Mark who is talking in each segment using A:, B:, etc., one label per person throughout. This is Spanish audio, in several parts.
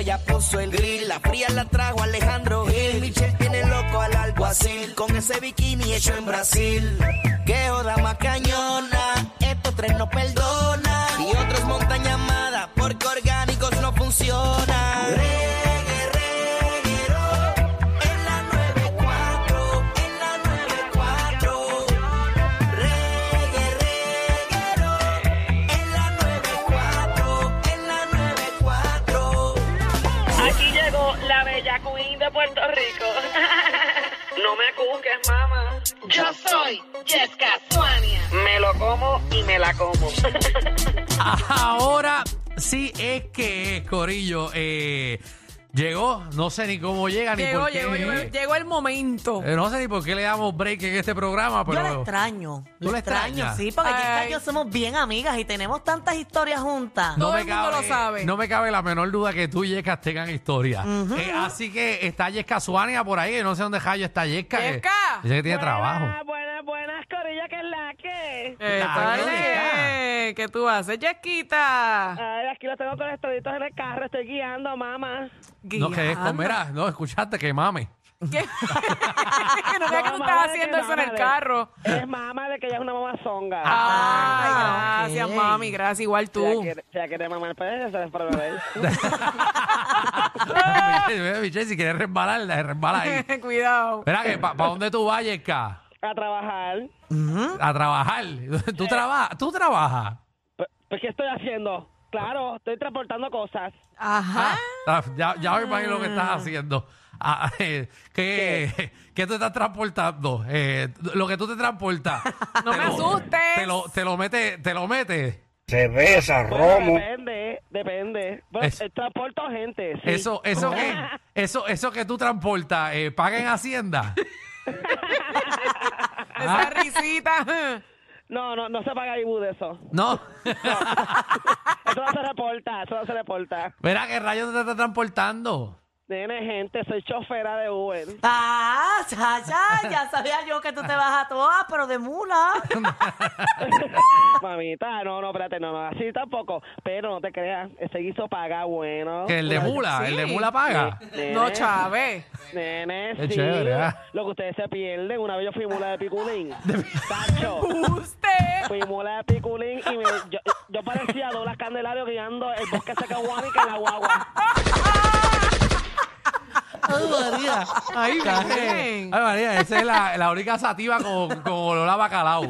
A: ya puso el grill. La fría la trajo Alejandro Gil. Michelle tiene loco al alguacil. Con ese bikini hecho en Brasil. Que joda más cañona. Estos tres no perdonan. Y otros montan llamada porque orgánicos no funcionan. Reggae, reguero. En la 94. En la 94. Reggae, reguero. En la 94. En la 94.
B: Aquí llegó la bella queen de Puerto Rico. No me cuques, mamá. Yo soy Jessica Suania. Me lo como y me la como.
C: Ahora sí es que es, Corillo. Eh, llegó, no sé ni cómo llega, ni
D: Llegó,
C: por qué.
D: llegó, llegó, llegó el momento.
C: Eh, no sé ni por qué le damos break en este programa,
E: Yo la
C: pero.
E: extraño.
C: ¿Tú la extrañas?
E: Sí, porque Jessica
D: Ay.
E: y yo somos bien amigas y tenemos tantas historias juntas.
D: Todo el mundo lo sabe.
C: No me cabe la menor duda que tú y Yescas tengan historia. Eh, así que está Yesca Suania por ahí, no sé dónde Jayo está Yesca. que-
D: ¡Yesca!
C: Dice que tiene trabajo.
F: Buenas, buenas, Corilla, que es la que.
D: Eh,
C: Claro,
D: dale, ¿Qué tú haces, Yesquita?
F: Ay, aquí lo tengo con los toditos en el carro, estoy guiando, mamá.
C: No, que
D: Guiando.
C: comerá, no, escuchaste que mame.
D: ¿Qué? Que no vea que tú
F: Mamá,
D: estás
F: de
D: haciendo
F: que
D: eso en
F: mamá
D: el
F: de-
D: carro.
F: Es mamá de que ella es una mamá zonga.
D: Ay,
E: Ah,
D: gracias,
E: ok.
D: mami. Gracias, igual
F: Si
D: tú.
F: ella quiere, si ella quiere mamar, pues ella se les para beber.
C: Michelle, Michelle, si quieres resbalar, la resbala ahí.
D: Cuidado.
C: Espera, que ¿para dónde tú vas, Yesca?
F: A trabajar.
C: A trabajar. ¿Tú trabajas? ¿Tú trabajas?
F: Pues, pues, ¿qué estoy haciendo? Claro, estoy transportando cosas.
D: Ajá.
C: Ah, ya, ya me imagino lo que estás haciendo. Ah, eh, ¿qué, qué te estás transportando? Eh, lo que tú te transportas.
D: No
C: Te
D: me
C: lo-
D: asustes.
C: Te lo, te lo mete, te lo mete.
G: cerveza,
F: Bueno,
G: romo.
F: Pues Depende, depende. Bueno,
C: Es-
F: eh, transporto gente. sí.
C: Eso, eso
D: Oh.
C: que, eso, eso que tú transportas, eh, paga en Hacienda. Ah,
D: Esa risita.
F: No, no, no se paga Ibu de eso.
C: No.
F: Eso no se reporta, eso no se reporta.
C: Verá qué rayos te estás transportando.
F: Tiene gente, soy chofera de Uber.
E: Ah, ya, ya, ya sabía yo que tú te vas a todas, pero de mula.
F: Mamita, no, no, espérate, no, no, así tampoco. Pero no te creas, ese guiso paga bueno. Pues,
C: Que el de mula,
D: sí.
C: el de mula paga.
F: Nene,
D: No, Chávez.
F: Nene,
C: Es
F: sí.
C: chévere, ah. ¿verdad?
F: Lo que ustedes se pierden, una vez yo fui mula de piculín. Tacho,
D: Usted.
F: fui mula de piculín y me, yo, yo parecía Douglas Candelario guiando el bosque Sacahuánica en la guagua.
D: Ay,
C: Ay,
D: bien.
C: María, esa es la, la única sativa con, con olor a bacalao.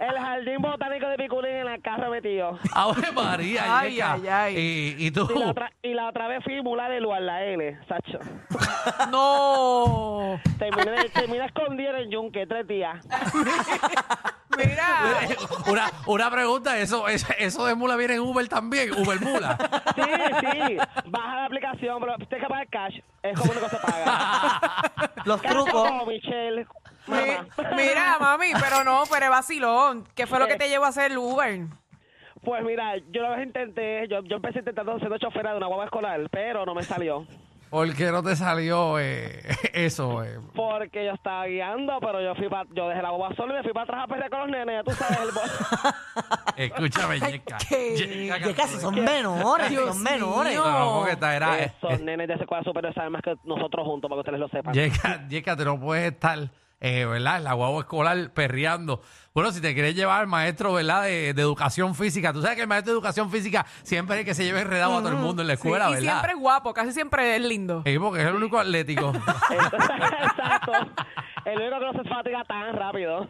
F: El jardín botánico de piculín en la casa metido.
C: Ave María.
D: Ay,
C: Yeka.
D: ay, ay.
C: Y, y tú.
F: Y la, otra, y la otra vez fui mula de Luar, la L, Sacho.
D: No.
F: Terminé, terminé escondido en el yunque tres días.
D: Mira.
C: una, una pregunta, ¿eso, eso, eso de mula viene en Uber también, Uber mula.
F: Sí, sí. Baja la aplicación, pero tienes que pagar cash. Es como único que se paga.
E: Los
F: Cash
E: trucos.
F: como Michelle.
D: Mi-
F: Mamá.
D: Mira, mami, pero no, pero es vacilón. ¿Qué fue lo que te llevó a hacer el Uber?
F: Pues mira, yo la vez intenté, yo, yo empecé intentando ser chofera de una guagua escolar, pero no me salió.
C: ¿Por qué no te salió eh, eso? eh?
F: Porque yo estaba guiando, pero yo fui pa- yo dejé la guagua sola y me fui para atrás a pelear con los nenes, ya tú sabes. El bo-
C: Escúchame, Yeka.
D: ¿Qué?
C: Yeka,
E: Ya casi son menores,
D: Dios
E: son menores.
D: mío.
C: No, que está, era, eh,
F: Esos nenes de escuela superior saben más que nosotros juntos, para que ustedes lo sepan.
C: Yeka, Yeka, tú no puedes estar, eh, ¿verdad? En la guagua escolar perreando. Bueno, si te quieres llevar al maestro, ¿verdad? De, de educación física. Tú sabes que el maestro de educación física siempre es el que se lleva enredado a todo el mundo en la
D: Sí,
C: escuela,
D: y
C: ¿verdad?
D: siempre es guapo, casi siempre es lindo.
C: Sí, porque es el único atlético.
F: Entonces, exacto. El único que no se fatiga tan rápido.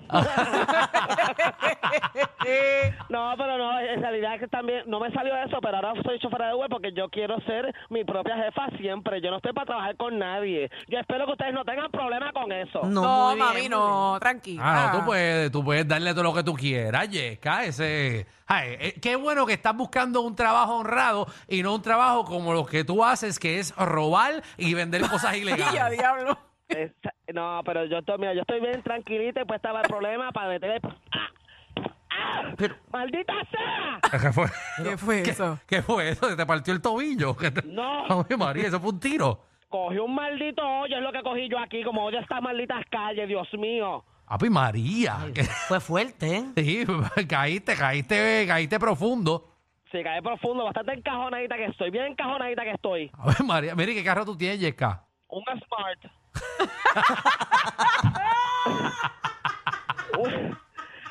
C: Eh.
F: No, pero no, en realidad es que también no me salió eso, pero ahora soy chofer de Uber porque yo quiero ser mi propia jefa siempre. Yo no estoy para trabajar con nadie. Yo espero que ustedes no tengan problema con eso.
E: No,
D: No,
E: muy bien,
D: mami,
E: muy
D: no, tranquila.
C: Ah, no, tú puedes, tú puedes darle todo lo que tú quieras, Yesca. Ese, ay, eh, qué bueno que estás buscando un trabajo honrado y no un trabajo como los que tú haces, que es robar y vender cosas
D: Ya,
C: ilegales.
D: diablo.
F: Es- no, pero yo estoy, mira, yo estoy bien tranquilita y pues estaba el problema para meter el- ¡Ah! ¡Ah! ¡Maldita sea!
C: ¿Qué fue?
D: ¿Qué fue eso?
C: ¿Qué fue eso? ¿Se ¿Te partió el tobillo? ¿Qué te-
F: No.
C: Ay, María, eso fue un tiro.
F: Cogí un maldito hoyo, es lo que cogí yo aquí, como odio estas malditas calles, Dios mío.
C: Api María. que-
E: Fue fuerte, ¿eh?
C: Sí, caíste, caíste, caíste profundo.
F: Sí, cae profundo, bastante encajonadita que estoy, bien encajonadita que estoy.
C: A ver, María, mire qué carro tú tienes, Yesca.
F: Un smart.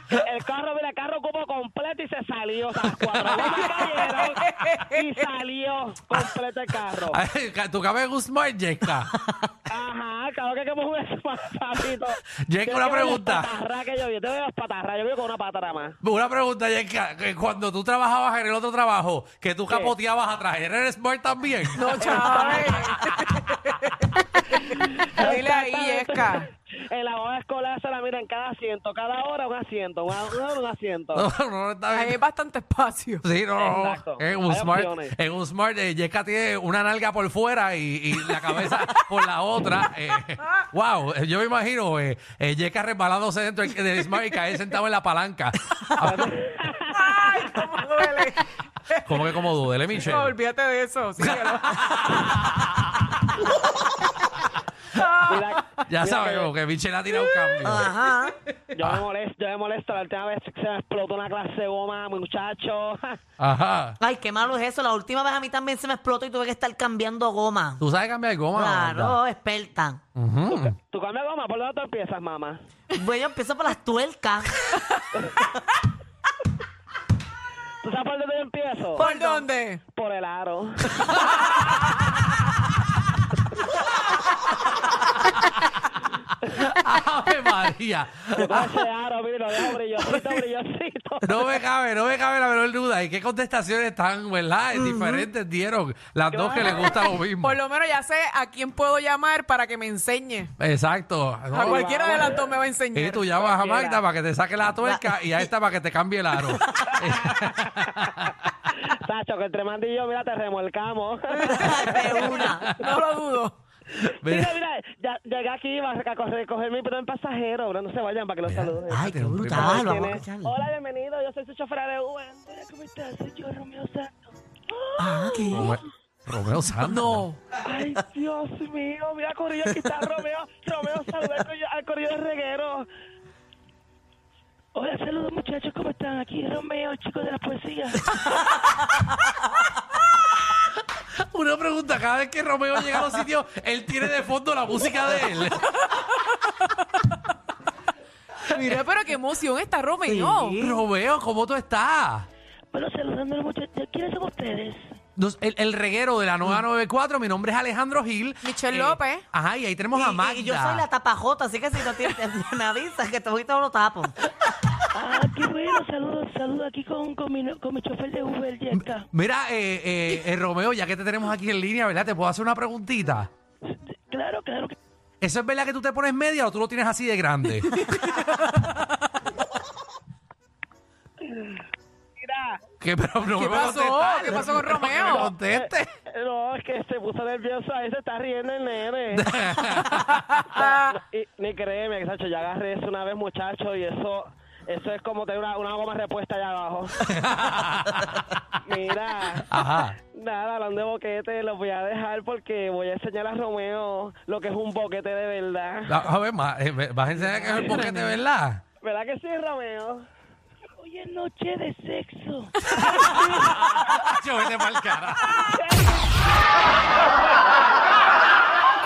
F: el carro, mira, el carro cupo completo y se salió. O sea, las cuatro gomas cayeron y salió completo el carro.
C: Ay, ca- ¿Tú cabes en un smart, Yesca?
F: Ajá, claro que queremos un smartito.
C: Yo tengo una pregunta.
F: Las patarras que yo vi, yo tengo las patarras, yo vivo con una patarra más.
C: Una pregunta, Yesca. que Cuando tú trabajabas en el otro trabajo, que tú capoteabas atrás, ¿era el smart también?
D: No, Chávez. Dile ahí, Yesca.
F: En la boda escolar se la mira en cada asiento, cada hora un asiento, una una hora un asiento.
C: No, no, no está
D: Ahí hay
C: bien.
D: bastante espacio.
C: Sí, no, no, no.
F: Exacto.
C: En un
F: Hay
C: smart,
F: opciones.
C: en un smart, eh, Yesca tiene una nalga por fuera y, y la cabeza por la otra. eh. wow, eh, yo me imagino eh, eh, Yesca resbalándose dentro del- del smart y caer sentado en la palanca.
D: Ay, cómo duele.
C: como que como duele,
D: No,
C: Michelle.
D: olvídate de eso. síguelo.
F: Mira,
C: Ya
F: mira
C: sabemos que Michelle ha tirado un cambio.
D: Ah.
E: Ajá.
F: que Yo me molesto, yo me molesto. La última vez se me explotó una clase de goma, muchacho.
C: Ajá.
E: Ay, qué malo es eso. La última vez a mí también se me explotó y tuve que estar cambiando goma.
C: Tú sabes cambiar goma. ¿verdad?
E: Claro, experta.
C: Ujú.
F: ¿Tú cambias goma? ¿Por dónde tú empiezas, mamá?
E: Bueno, yo empiezo por las tuercas.
F: ¿Tú sabes por dónde yo empiezo?
D: ¿Por dónde?
F: Por el aro.
C: Ave María.
F: Yo con ese aro, mira, lo dejo brillosito, brillosito.
C: No me cabe, no me cabe la menor duda. ¿Y qué contestaciones tan, verdad? Diferentes dieron las dos que les gusta lo mismo.
D: Por lo menos ya sé a quién puedo llamar para que me enseñe.
C: Exacto. No,
D: A cualquiera de las dos me va a
C: Y
D: enseñar.
C: tú llamas a Magda
F: Cualquiera.
C: para que te saque la tuerca y a esta para que te cambie el aro. Eh,
F: Sacho, que entre Mandy y yo, mira, te remolcamos.
E: De una.
D: No lo dudo.
F: Mira,
C: Mira,
F: mira, ya llegué aquí vas a coger, coger mi primer pasajero, bro. No se vayan para que los saluden.
E: Ay, qué
C: tiene un primo
E: brutal.
C: que
E: Ah, Vamos a
F: Tiene-
E: escucharlo.
F: Hola, bienvenido. Yo soy su chofer de Uber. Hola, ¿Cómo estás? Soy yo, Romeo Santos.
E: Ah, ¿qué?
C: Romeo, Romeo Santos.
D: No.
F: Ay, Dios mío. Mira, Corillo, aquí está Romeo. Romeo, saluda al corillo- al Corillo de Reguero. Hola, saludos, muchachos. ¿Cómo están? Aquí Romeo, el chico de la poesía.
C: Una pregunta, cada vez que Romeo llega a los sitios, él tiene de fondo la música de él.
D: Mira, pero qué emoción está Romeo.
C: Romeo, ¿cómo tú estás?
F: Bueno, saludando a los muchachos. ¿Quiénes son ustedes?
C: Nos- el, el reguero de la 994, mi nombre es Alejandro Gil. Eh,
D: Michelle López.
C: Ajá, y ahí tenemos a Magda.
E: Y, y yo soy la tapajota, así que si no tienes, me avisas que te voy todo lo tapo.
F: Ah, qué bueno. Saludos, saludos aquí con, con, mi, no- con mi chofer de Uber, Jessica.
C: Mira, eh, eh, eh, Romeo, ya que te tenemos aquí en línea, ¿verdad? ¿Te puedo hacer una preguntita?
F: Claro, claro. que-
C: ¿Eso es verdad que tú te pones media o tú lo tienes así de grande?
F: Mira.
C: ¿Qué, pero no
D: ¿Qué
C: me va a
D: pasó?
C: contestar.
D: ¿Qué pasó con
C: No, que me
D: Romeo?
C: conteste.
F: Eh, No, es que se puso nervioso, ahí se está riendo el nene. Y- ni créeme, Sacho, ya agarré eso una vez, muchacho, y eso eso es como tener una, una goma repuesta allá abajo. Mira,
C: Ajá.
F: nada, hablando de boquete, los voy a dejar porque voy a enseñar a Romeo lo que es un boquete de verdad.
C: A a ver, ma- eh, me- vas a enseñar que es el boquete, ¿verdad?
F: ¿Verdad que sí, Romeo? Hoy es noche de sexo.
C: Yo vete pa'l carajo.